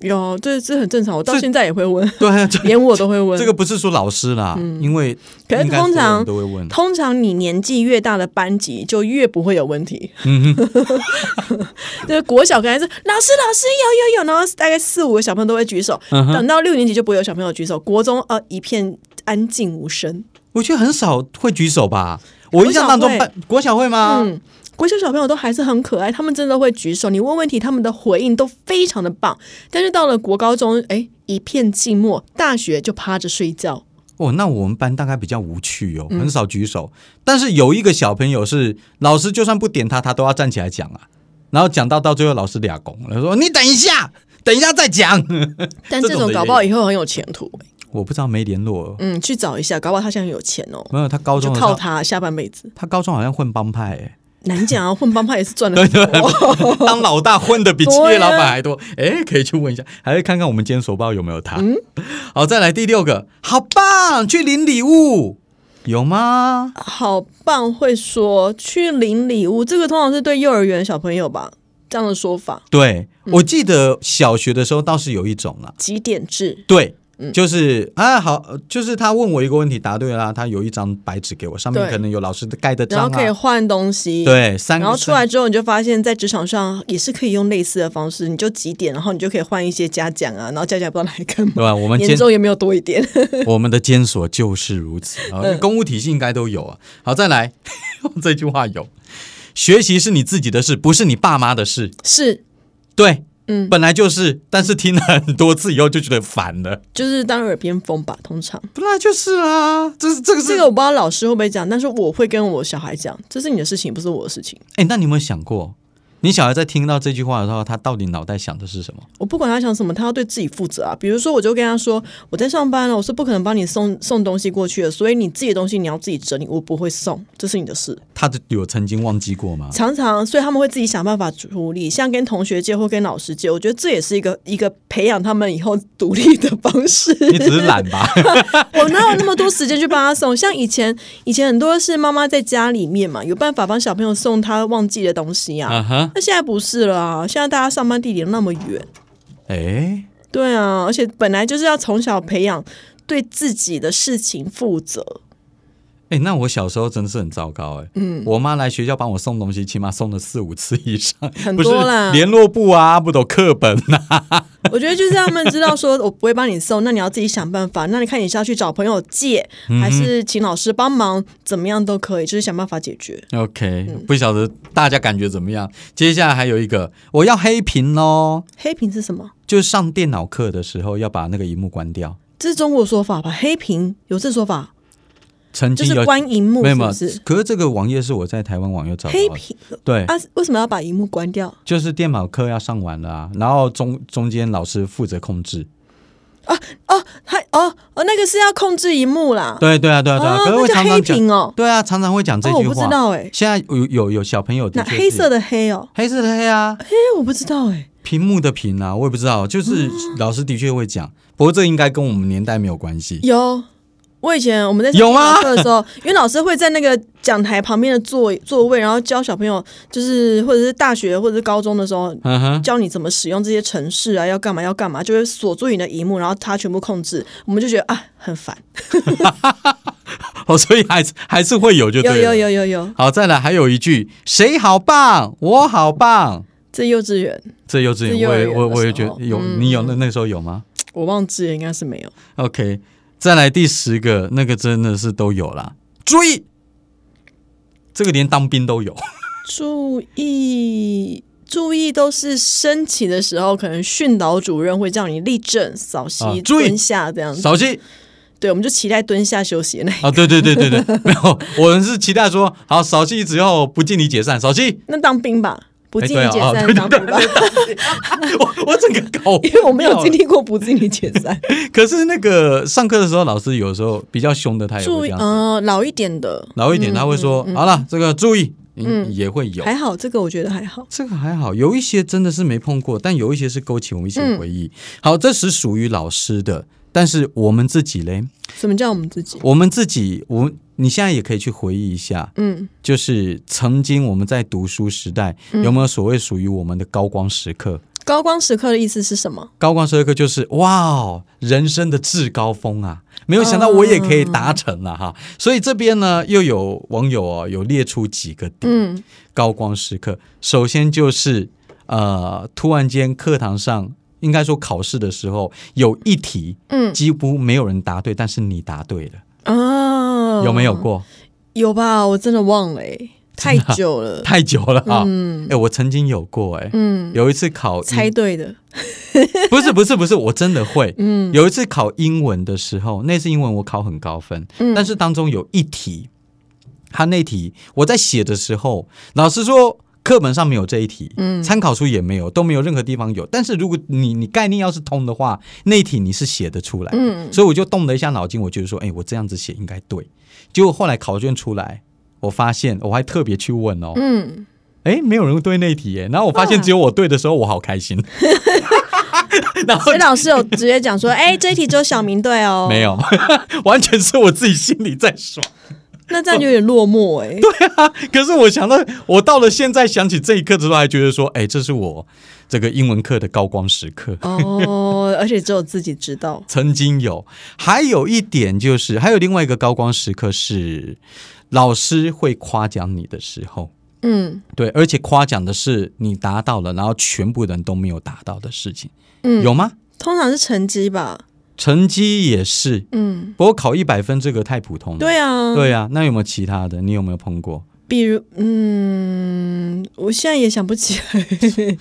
Speaker 2: 有，这这很正常，我到
Speaker 1: 这
Speaker 2: 现在也会问，
Speaker 1: 对啊，这
Speaker 2: 连我都会问。
Speaker 1: 这个不是说老师啦，因为
Speaker 2: 嗯可是
Speaker 1: 应该所有
Speaker 2: 通
Speaker 1: 人
Speaker 2: 常
Speaker 1: 都会问，
Speaker 2: 通常你年纪越大的班级，就越不会有问题。
Speaker 1: 嗯
Speaker 2: 就是国小刚才是老师老师有有有，然后大概四五个小朋友都会举手，
Speaker 1: 嗯哼
Speaker 2: 等到六年级就不会有小朋友举手，国中呃一片安静无声。
Speaker 1: 我觉得很少会举手吧。我印象当中，
Speaker 2: 国小会
Speaker 1: 班国小会吗？
Speaker 2: 嗯，国小小朋友都还是很可爱，他们真的会举手，你问问题，他们的回应都非常的棒。但是到了国高中，哎，一片静默，大学就趴着睡觉。
Speaker 1: 哦，那我们班大概比较无趣哦，
Speaker 2: 嗯
Speaker 1: 很少举手。但是有一个小朋友是老师就算不点他，他都要站起来讲啊。然后讲到到最后，老师俩拱了，说你等一下，等一下再讲。
Speaker 2: 但
Speaker 1: 这
Speaker 2: 这
Speaker 1: 种
Speaker 2: 种
Speaker 1: 的
Speaker 2: 搞
Speaker 1: 也
Speaker 2: 不好
Speaker 1: 有
Speaker 2: 以后很有前途、哎
Speaker 1: 我不知道没联络，哦
Speaker 2: 嗯，去找一下，搞不好他现在很有钱哦。
Speaker 1: 没有他高
Speaker 2: 就
Speaker 1: 中的时
Speaker 2: 靠
Speaker 1: 候，
Speaker 2: 他下半辈子。
Speaker 1: 他高中好像混帮派、欸，
Speaker 2: 难讲啊，混帮派也是赚了很多。
Speaker 1: 当老大混的比企
Speaker 2: 哦对
Speaker 1: 业
Speaker 2: 啊
Speaker 1: 老板还多。哎，可以去问一下，还是看看我们今天所报有没有他。
Speaker 2: 嗯
Speaker 1: 好，再来第六个，好棒，去领礼物，有吗？
Speaker 2: 好棒，会说去领礼物，这个通常是对幼儿园小朋友吧这样的说法，
Speaker 1: 对，
Speaker 2: 嗯
Speaker 1: 我记得小学的时候倒是有一种啊啦。
Speaker 2: 几点制。
Speaker 1: 对，
Speaker 2: 嗯
Speaker 1: 就是啊，好，呃就是他问我一个问题，答对啦、他有一张白纸给我，上面
Speaker 2: 对
Speaker 1: 可能有老师盖的
Speaker 2: 然
Speaker 1: 章
Speaker 2: 后可以
Speaker 1: 啊，
Speaker 2: 换东西，，
Speaker 1: 对，三个，
Speaker 2: 然后出来之后，你就发现，在职场上也是可以用类似的方式，你就几点，然后你就可以换一些嘉奖啊，然后嘉奖不知道拿来干
Speaker 1: 对
Speaker 2: 嘛，
Speaker 1: 吧？我们
Speaker 2: 年
Speaker 1: 监
Speaker 2: 终也没有多一点，
Speaker 1: 我们的监所就是如此啊，
Speaker 2: 嗯
Speaker 1: 公务体系应该都有啊。好，再来 这句话有，学习是你自己的事，不是你爸妈的事。
Speaker 2: 是，
Speaker 1: 对，
Speaker 2: 嗯，
Speaker 1: 本来就是，但是听了很多次以后就觉得烦了。
Speaker 2: 就是当耳边风吧，通常。
Speaker 1: 本来就是啊，这是这个是
Speaker 2: 这个我不知道老师会不会讲，但是我会跟我小孩讲，这是你的事情，不是我的事情。
Speaker 1: 哎，那你有没有想过，你小孩在听到这句话的时候，他到底脑袋想的是什么？
Speaker 2: 我不管他想什么，他要对自己负责啊。比如说，我就跟他说，我在上班了，我是不可能帮你送送东西过去的，所以你自己的东西你要自己整理，我不会送，这是你的事。
Speaker 1: 他有曾经忘记过吗？
Speaker 2: 常常，所以他们会自己想办法处理，像跟同学借或跟老师借，我觉得这也是一个一个培养他们以后独立的方式。
Speaker 1: 你只是懒 吧？
Speaker 2: 我哪有那么多时间去帮他送？像以前，以前很多是妈妈在家里面嘛，有办法帮小朋友送他忘记的东西啊。
Speaker 1: 啊哈，
Speaker 2: 那现在不是了啊，现在大家上班地点那么远。
Speaker 1: 哎，
Speaker 2: 对啊，而且本来就是要从小培养对自己的事情负责。
Speaker 1: 哎，那我小时候真的是很糟糕哎。嗯，我妈来学校帮我送东西，起码送了四五次以上，
Speaker 2: 很
Speaker 1: 不是
Speaker 2: 多啦
Speaker 1: 联络簿啊，不都课本 啊，
Speaker 2: 我觉得就是让他们知道说，我不会帮你送，那你要自己想办法。那你看你是要去找朋友借，
Speaker 1: 嗯
Speaker 2: 还是请老师帮忙，怎么样都可以，就是想办法解决。
Speaker 1: OK，、不晓得大家感觉怎么样？接下来还有一个，我要黑屏喽，
Speaker 2: 黑屏是什么？
Speaker 1: 就是上电脑课的时候要把那个荧幕关掉。
Speaker 2: 这是中国说法吧？黑屏有这说法，
Speaker 1: 曾
Speaker 2: 就
Speaker 1: 经
Speaker 2: 是
Speaker 1: 有
Speaker 2: 关荧幕，
Speaker 1: 没
Speaker 2: 是
Speaker 1: 有没有
Speaker 2: 不是？
Speaker 1: 可是这个网页是我在台湾网页找到
Speaker 2: 黑
Speaker 1: 的，
Speaker 2: 屏
Speaker 1: 对，
Speaker 2: 啊？为什么要把荧幕关掉？
Speaker 1: 就是电脑课要上完了啊，然后中中间老师负责控制，
Speaker 2: 哦，还哦哦，那个是要控制荧幕啦。
Speaker 1: 对对啊，对啊，对啊，
Speaker 2: 哦
Speaker 1: 可是
Speaker 2: 那
Speaker 1: 会
Speaker 2: 叫
Speaker 1: 常
Speaker 2: 黑
Speaker 1: 常讲，
Speaker 2: 屏哦。
Speaker 1: 对啊，常常会讲这
Speaker 2: 哦，我
Speaker 1: 句
Speaker 2: 不知
Speaker 1: 话。
Speaker 2: 道哎，
Speaker 1: 现在有有有小朋友的
Speaker 2: 那
Speaker 1: 确是
Speaker 2: 黑色的黑哦，
Speaker 1: 黑色的黑啊，
Speaker 2: 哎，我不知道哎。
Speaker 1: 屏幕的屏啊，我也不知道，就是
Speaker 2: 嗯
Speaker 1: 老师的确会讲，不过这应该跟我们年代没有关系。
Speaker 2: 有，我以前我们在
Speaker 1: 有吗
Speaker 2: 上课的时候，因为老师会在那个讲台旁边的座座位，然后教小朋友，就是或者是大学或者是高中的时候。
Speaker 1: 嗯哼，
Speaker 2: 教你怎么使用这些程式啊，要干嘛要干嘛，就会锁住你的荧幕，然后他全部控制，我们就觉得啊很烦。
Speaker 1: 哦，所以还是还是会有就对
Speaker 2: 有
Speaker 1: 了。
Speaker 2: 有有有有，
Speaker 1: 好，再来还有一句，谁好棒，我好棒。
Speaker 2: 这幼稚园
Speaker 1: 这幼稚
Speaker 2: 这
Speaker 1: 园，
Speaker 2: 幼
Speaker 1: 我
Speaker 2: 儿
Speaker 1: 也
Speaker 2: 园
Speaker 1: 我
Speaker 2: 的
Speaker 1: 我也
Speaker 2: 时
Speaker 1: 觉
Speaker 2: 候
Speaker 1: 得有，
Speaker 2: 嗯
Speaker 1: 你有那那时候有吗
Speaker 2: 我忘记了，应该是没有。
Speaker 1: ？OK，再来第十个，那个真的是都有啦。注意，这个连当兵都有。
Speaker 2: 注意注意，都是升旗的时候，可能训导主任会叫你立正、扫息、
Speaker 1: 啊注意
Speaker 2: 蹲下这样子。
Speaker 1: 扫兴
Speaker 2: 对，我们就期待蹲下休息的那一
Speaker 1: 啊，对对对对 对，没有，我们是期待说，好扫兴之后不敬礼解散，扫兴。
Speaker 2: 那当兵吧，不
Speaker 1: 哎
Speaker 2: 敬
Speaker 1: 对
Speaker 2: 礼
Speaker 1: 啊
Speaker 2: 解
Speaker 1: 哦
Speaker 2: 散
Speaker 1: 对
Speaker 2: 当
Speaker 1: 对
Speaker 2: 兵吧，
Speaker 1: 我我整个搞，
Speaker 2: 因为我没有经。历过不敬礼解散。
Speaker 1: 可是那个上课的时候，老师有时候比较凶的，他也
Speaker 2: 注
Speaker 1: 会这
Speaker 2: 意，嗯
Speaker 1: 样子。
Speaker 2: 呃，老一点的
Speaker 1: 老一点，他会说，好了，这个注意，嗯，也会有。
Speaker 2: 还好，这个我觉得还好。
Speaker 1: 这个还好，有一些真的是没碰过，但有一些是勾起我们一些回
Speaker 2: 嗯
Speaker 1: 忆。好，这是属于老师的，但是我们自己嘞，
Speaker 2: 什么叫我们自己？
Speaker 1: 我们自己，我们你现在也可以去回忆一下，
Speaker 2: 嗯，
Speaker 1: 就是曾经我们在读书时代有没有所谓属于我们的高光时刻？
Speaker 2: 高光时刻的意思是什么？
Speaker 1: 高光时刻就是哇哦，人生的至高峰啊！没有想到我也可以达成了、哈，所以这边呢又有网友哦有列出几个点，
Speaker 2: 嗯，
Speaker 1: 高光时刻，首先就是呃，突然间课堂上，应该说考试的时候，有一题，
Speaker 2: 嗯
Speaker 1: 几乎没有人答对，但是你答对了，
Speaker 2: 啊，
Speaker 1: 有没有？过？
Speaker 2: 有吧，我真的忘了、欸，太久了。
Speaker 1: 太久了啊！哎、我曾经有过、哎、
Speaker 2: 嗯，
Speaker 1: 有一次考
Speaker 2: 猜
Speaker 1: 英，
Speaker 2: 对的。
Speaker 1: 不是不是不是，我真的会。嗯，有一次考英文的时候，那次英文我考很高分，但是当中有一题，他那题我在写的时候，老师说。课本上没有这一题，嗯，参考书也没有，都没有任何地方有。但是如果你你概念要是通的话，那一题你是写得出来，嗯，所以我就动了一下脑筋，我觉得说，哎、我这样子写应该对。结果后来考卷出来，我发现我还特别去问哦，
Speaker 2: 嗯，
Speaker 1: 哎，没有人对那一题耶。然后我发现只有我对的时候，我好开 心。然后
Speaker 2: 所以老师有直接 讲说，哎、这一题只有小明对哦。
Speaker 1: 没，有， 完全是我自己心里在爽。
Speaker 2: 那这样就有点落寞哎、对，
Speaker 1: 可是我想到，我到了现在想起这一刻的时候，还觉得说，哎，这是我这个英文课的高光时刻。
Speaker 2: 哦，而且只有自己知道。
Speaker 1: 曾经有，还有一点就是，还有另外一个高光时刻是老师会夸奖你的时候。
Speaker 2: 嗯
Speaker 1: 对，而且夸奖的是你达到了，然后全部人都没有达到的事情，
Speaker 2: 嗯，
Speaker 1: 有吗？
Speaker 2: 通常是成绩吧。
Speaker 1: 成绩也是，
Speaker 2: 嗯，
Speaker 1: 不过考一百分这个太普通了。
Speaker 2: 对啊，
Speaker 1: 对啊，那有没有其他的？你有没有碰过？
Speaker 2: 比如，嗯，我现在也想不起 来。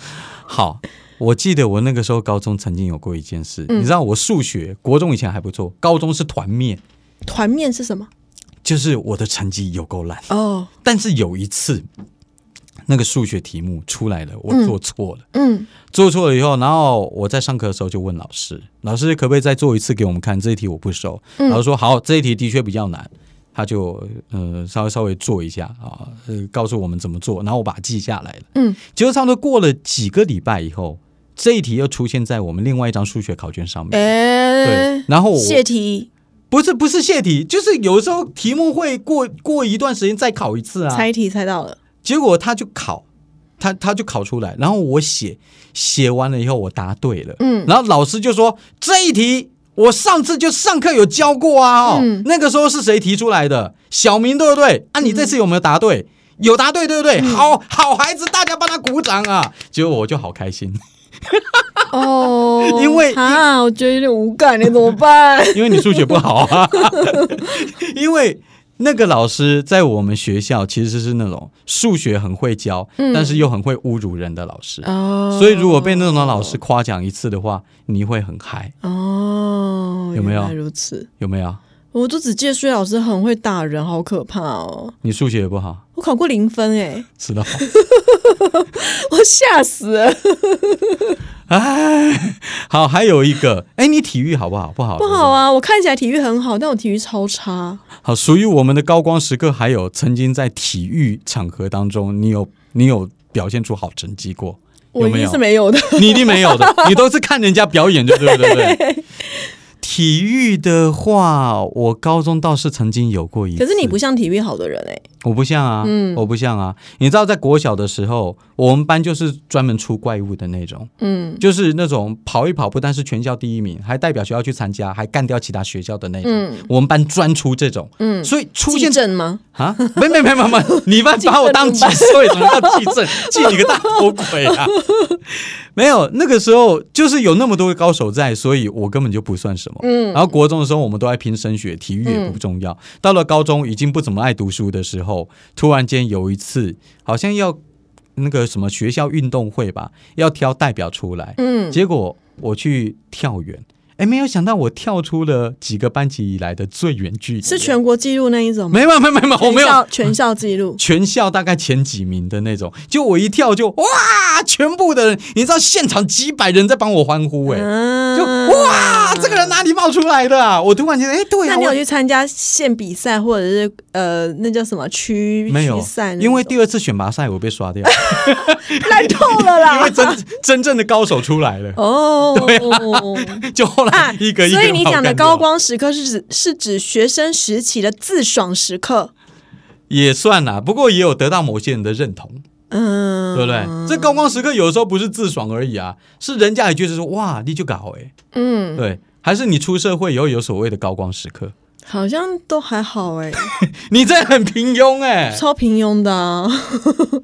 Speaker 1: 好，我记得我那个时候高中曾经有过一件事，你知道我数学国中以前还不错，高中是团灭，
Speaker 2: 团面是什么？
Speaker 1: 就是我的成绩有够烂。
Speaker 2: 哦，
Speaker 1: 但是有一次，那个数学题目出来了，我做错了，
Speaker 2: 嗯，
Speaker 1: 做错了以后，然后我在上课的时候就问老师，老师可不可以再做一次给我们看？这一题我不熟。
Speaker 2: 嗯
Speaker 1: 老师说好，这一题的确比较难。他就呃稍微稍微做一下啊，呃告诉我们怎么做，然后我把它记下来了。
Speaker 2: 嗯，
Speaker 1: 结果差不多过了几个礼拜以后，这一题又出现在我们另外一张数学考卷上面。
Speaker 2: 哎、
Speaker 1: 嗯对，哦然后我
Speaker 2: 泄题
Speaker 1: 不是不是泄题，就是有时候题目会过过一段时间再考一次啊。
Speaker 2: 猜题猜到 了，
Speaker 1: 结果他就考，他他就考出来，然后我写写完了以后我答对了，
Speaker 2: 嗯
Speaker 1: 然后老师就说这一题我上次就上课有教过啊、哦，
Speaker 2: 嗯
Speaker 1: 那个时候是谁提出来的？小明对不对？啊，你这次有没有答对？
Speaker 2: 嗯
Speaker 1: 有答对，对不对？好好孩子，大家帮他鼓掌啊！结果我就好开心，，
Speaker 2: 哦
Speaker 1: 因为
Speaker 2: 啊，我觉得有点无感，你怎么办？
Speaker 1: 因为你数学不好啊。 因为那个老师在我们学校其实是那种数学很会教，
Speaker 2: 嗯
Speaker 1: 但是又很会侮辱人的老师。
Speaker 2: 哦，
Speaker 1: 所以如果被那种老师夸奖一次的话，你会很嗨，
Speaker 2: 哦，
Speaker 1: 有没有
Speaker 2: 原来如此？
Speaker 1: 有没有？
Speaker 2: 我都只记得数学老师很会打人，好可怕哦！
Speaker 1: 你数学也不好，
Speaker 2: 我考过 零分哎、
Speaker 1: 知道？
Speaker 2: 我吓死了。
Speaker 1: 哎，好，还有一个，哎，你体育好不好？不好，
Speaker 2: 不好啊！我看起来体育很好，但我体育超差。
Speaker 1: 好，属于我们的高光时刻，还有曾经在体育场合当中，你有你有表现出好成绩过，
Speaker 2: 我
Speaker 1: 有
Speaker 2: 一
Speaker 1: 没
Speaker 2: 定
Speaker 1: 有
Speaker 2: 是？没有的。
Speaker 1: 你一定没有 的，你都是看人家表演，对不对？对不对？体育的话，我高中倒是曾经有过一次，
Speaker 2: 可是你不像体育好的人哎、
Speaker 1: 我不像啊，
Speaker 2: 嗯
Speaker 1: 我不像啊。你知道，在国小的时候，我们班就是专门出怪物的那种，
Speaker 2: 嗯
Speaker 1: 就是那种跑一跑，不但是全校第一名，还代表学校去参加，还干掉其他学校的那种。
Speaker 2: 嗯
Speaker 1: 我们班专出这种，
Speaker 2: 嗯，
Speaker 1: 所以出
Speaker 2: 地
Speaker 1: 现
Speaker 2: 震吗？
Speaker 1: 啊，没没没没没，你们把我当几岁？怎么叫地震？记你个大头鬼啊！ 没有，那个时候就是有那么多高手在，所以我根本就不算什么。
Speaker 2: 嗯
Speaker 1: 然后国中的时候，我们都在拼升学，体育也不重要。到了高中，已经不怎么爱读书的时候，突然间有一次，好像要那个什么学校运动会吧，要挑代表出来。
Speaker 2: 嗯，
Speaker 1: 结果我去跳远，哎，没有想到我跳出了几个班级以来的最远距离，
Speaker 2: 是全国纪录那一种吗？
Speaker 1: 没有没有没有，我没有
Speaker 2: 全校全校纪录。
Speaker 1: 全校大概前几名的那种，就我一跳就哇，全部的人，你知道现场几百人在帮我欢呼哎、
Speaker 2: 啊
Speaker 1: 就哇，这个人哪里冒出来的、啊？我突然觉得，哎，对
Speaker 2: 那
Speaker 1: 啊，
Speaker 2: 你有
Speaker 1: 我
Speaker 2: 去参加县比赛或者是呃，那叫什么区
Speaker 1: 没
Speaker 2: 区
Speaker 1: 有
Speaker 2: 赛那种？
Speaker 1: 因为第二次选拔赛我被刷掉，
Speaker 2: 烂透 了
Speaker 1: 因为
Speaker 2: 啦！
Speaker 1: 真真正的高手出来了，
Speaker 2: 哦，
Speaker 1: 就后
Speaker 2: 啊
Speaker 1: 来 一个一个、
Speaker 2: 所以你讲的
Speaker 1: 哦
Speaker 2: 高。光时刻是指是指学生时期的自爽时刻，
Speaker 1: 也算啦，不过也有得到某些人的认同，
Speaker 2: 嗯，
Speaker 1: 对不对？这高光时刻有的时候不是自爽而已啊，是人家也觉得说哇，你就搞哎、
Speaker 2: 嗯，
Speaker 1: 对，还是你出社会以后有所谓的高光时刻。
Speaker 2: 好像都还好哎、
Speaker 1: 你这很平庸哎、
Speaker 2: 超平庸的、啊，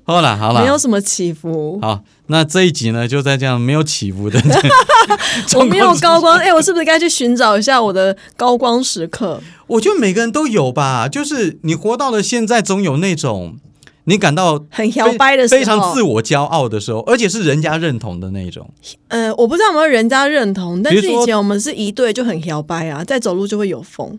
Speaker 1: 好了好
Speaker 2: 没有
Speaker 1: 了，
Speaker 2: 什么起伏。
Speaker 1: 好，那这一集呢就在这样没有起伏 的
Speaker 2: 我
Speaker 1: 状
Speaker 2: 没有
Speaker 1: 况之
Speaker 2: 高光，哎、我是不是该去寻找一下我的高光时刻？
Speaker 1: 我觉得每个人都有吧，就是你活到了现在，总有那种你感到
Speaker 2: 很摇
Speaker 1: 非
Speaker 2: 摆的时候，
Speaker 1: 非常自我骄傲的时候，而且是人家认同的那 种。
Speaker 2: 呃，我不知道有没有人家认同，但
Speaker 1: 比
Speaker 2: 是
Speaker 1: 如说
Speaker 2: 以前我们是一队就很摇摆啊，在走路就会有风，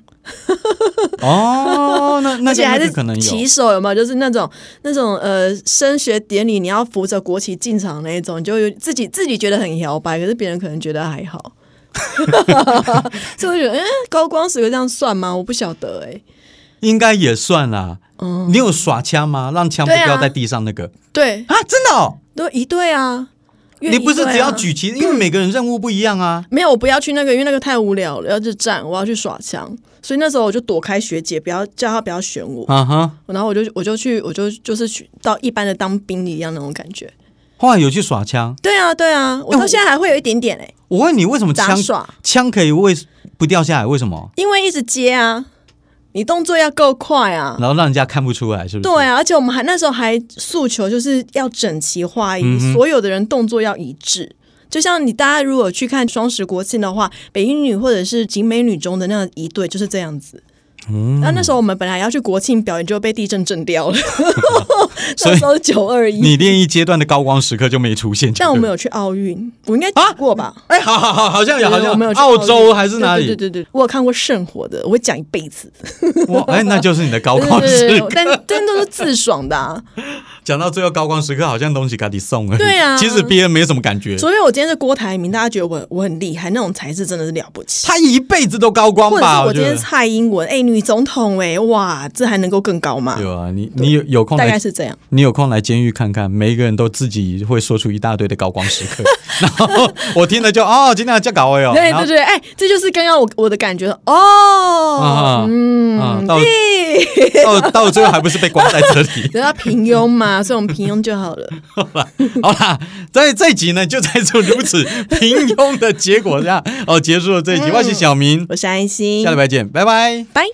Speaker 1: 哦，那那
Speaker 2: 而且
Speaker 1: 个
Speaker 2: 还
Speaker 1: 那
Speaker 2: 是
Speaker 1: 个可能
Speaker 2: 旗
Speaker 1: 有。
Speaker 2: 手有没有？就是那种那种呃升学典礼，你要扶着国旗进场那一种，你就有自己自己觉得很摇摆，可是别人可能觉得还好。 所以我觉得，嗯，高光时刻这样算吗？我不晓得哎、
Speaker 1: 应该也算啦。
Speaker 2: 嗯，
Speaker 1: 你有耍枪吗？让枪不
Speaker 2: 对啊
Speaker 1: 掉在地上那个
Speaker 2: 对，
Speaker 1: 啊真的哦。
Speaker 2: 都一队啊。因为
Speaker 1: 你不
Speaker 2: 一
Speaker 1: 是
Speaker 2: 队
Speaker 1: 只要
Speaker 2: 啊
Speaker 1: 举旗，因为每个人任务不一样啊。
Speaker 2: 没有，我不要去那个，因为那个太无聊了，要去站，我要去耍枪。所以那时候我就躲开学姐，不要叫她不要选我，
Speaker 1: 啊哈，
Speaker 2: 然后我就我就去我就就是去到一般的当兵一样那种感觉。
Speaker 1: 后来有去耍枪。
Speaker 2: 对啊，对啊，我到现在还会有一点点哎、
Speaker 1: 我问你，为什么
Speaker 2: 杂
Speaker 1: 枪
Speaker 2: 耍，
Speaker 1: 枪可以为不掉下来，为什么？
Speaker 2: 因为一直接啊，你动作要够快啊。
Speaker 1: 然后让人家看不出来，是不是？
Speaker 2: 对啊，而且我们还那时候还诉求就是要整齐划一，
Speaker 1: 嗯哼
Speaker 2: 所有的人动作要一致。就像你大家如果去看双十国庆的话，北英女或者是景美女中的那一队就是这样子。
Speaker 1: 嗯
Speaker 2: 那、那时候我们本来要去国庆表演，就被地震震掉了。
Speaker 1: 所以
Speaker 2: 那时候九二一，
Speaker 1: 你练一阶段的高光时刻就没出现。
Speaker 2: 但我
Speaker 1: 没
Speaker 2: 们
Speaker 1: 有。
Speaker 2: 有去奥运，我应该讲过吧？
Speaker 1: 哎，好好 好，好像有，
Speaker 2: 对
Speaker 1: 好像
Speaker 2: 我们有去
Speaker 1: 澳
Speaker 2: 奥
Speaker 1: 洲
Speaker 2: 运
Speaker 1: 还是哪
Speaker 2: 对
Speaker 1: 里？
Speaker 2: 对对对，我有看过圣火的，我会讲一辈子。
Speaker 1: 哇，哎，那就是你的高
Speaker 2: 对
Speaker 1: 光
Speaker 2: 对
Speaker 1: 时
Speaker 2: 对
Speaker 1: 刻
Speaker 2: 对，。但但都是自爽的、啊。
Speaker 1: 讲到最后，高光时刻好像东西给你送了。
Speaker 2: 对啊
Speaker 1: 其实别人没什么感觉。
Speaker 2: 所以我今天是郭台铭，大家觉得我我很厉害，那种才是真的是了不起。
Speaker 1: 他一辈子都高光
Speaker 2: 或者
Speaker 1: 吧？
Speaker 2: 是我
Speaker 1: 我觉
Speaker 2: 今天
Speaker 1: 得。
Speaker 2: 蔡英文，哎、女总统、哎，哇，这还能够更高吗？
Speaker 1: 有啊，你你有有空
Speaker 2: 大概
Speaker 1: 来，
Speaker 2: 是这样。
Speaker 1: 你有空来监狱看看，每一个人都自己会说出一大堆的高光时刻， 然后我听了就哦，今天要叫搞哎哦，
Speaker 2: 对
Speaker 1: 然后
Speaker 2: 对对，哎、这就是刚刚我我的感觉哦
Speaker 1: 啊，啊
Speaker 2: 嗯，
Speaker 1: 到
Speaker 2: 对，
Speaker 1: 到到最后还不是被关在这里？
Speaker 2: 人家平庸嘛，所以我们平庸就好了。
Speaker 1: 好啦，在这一集呢，就在这如此平庸的结果下，哦，结束了这一集。我是小明，
Speaker 2: 我是安心，
Speaker 1: 下礼拜见，拜拜。
Speaker 2: 拜。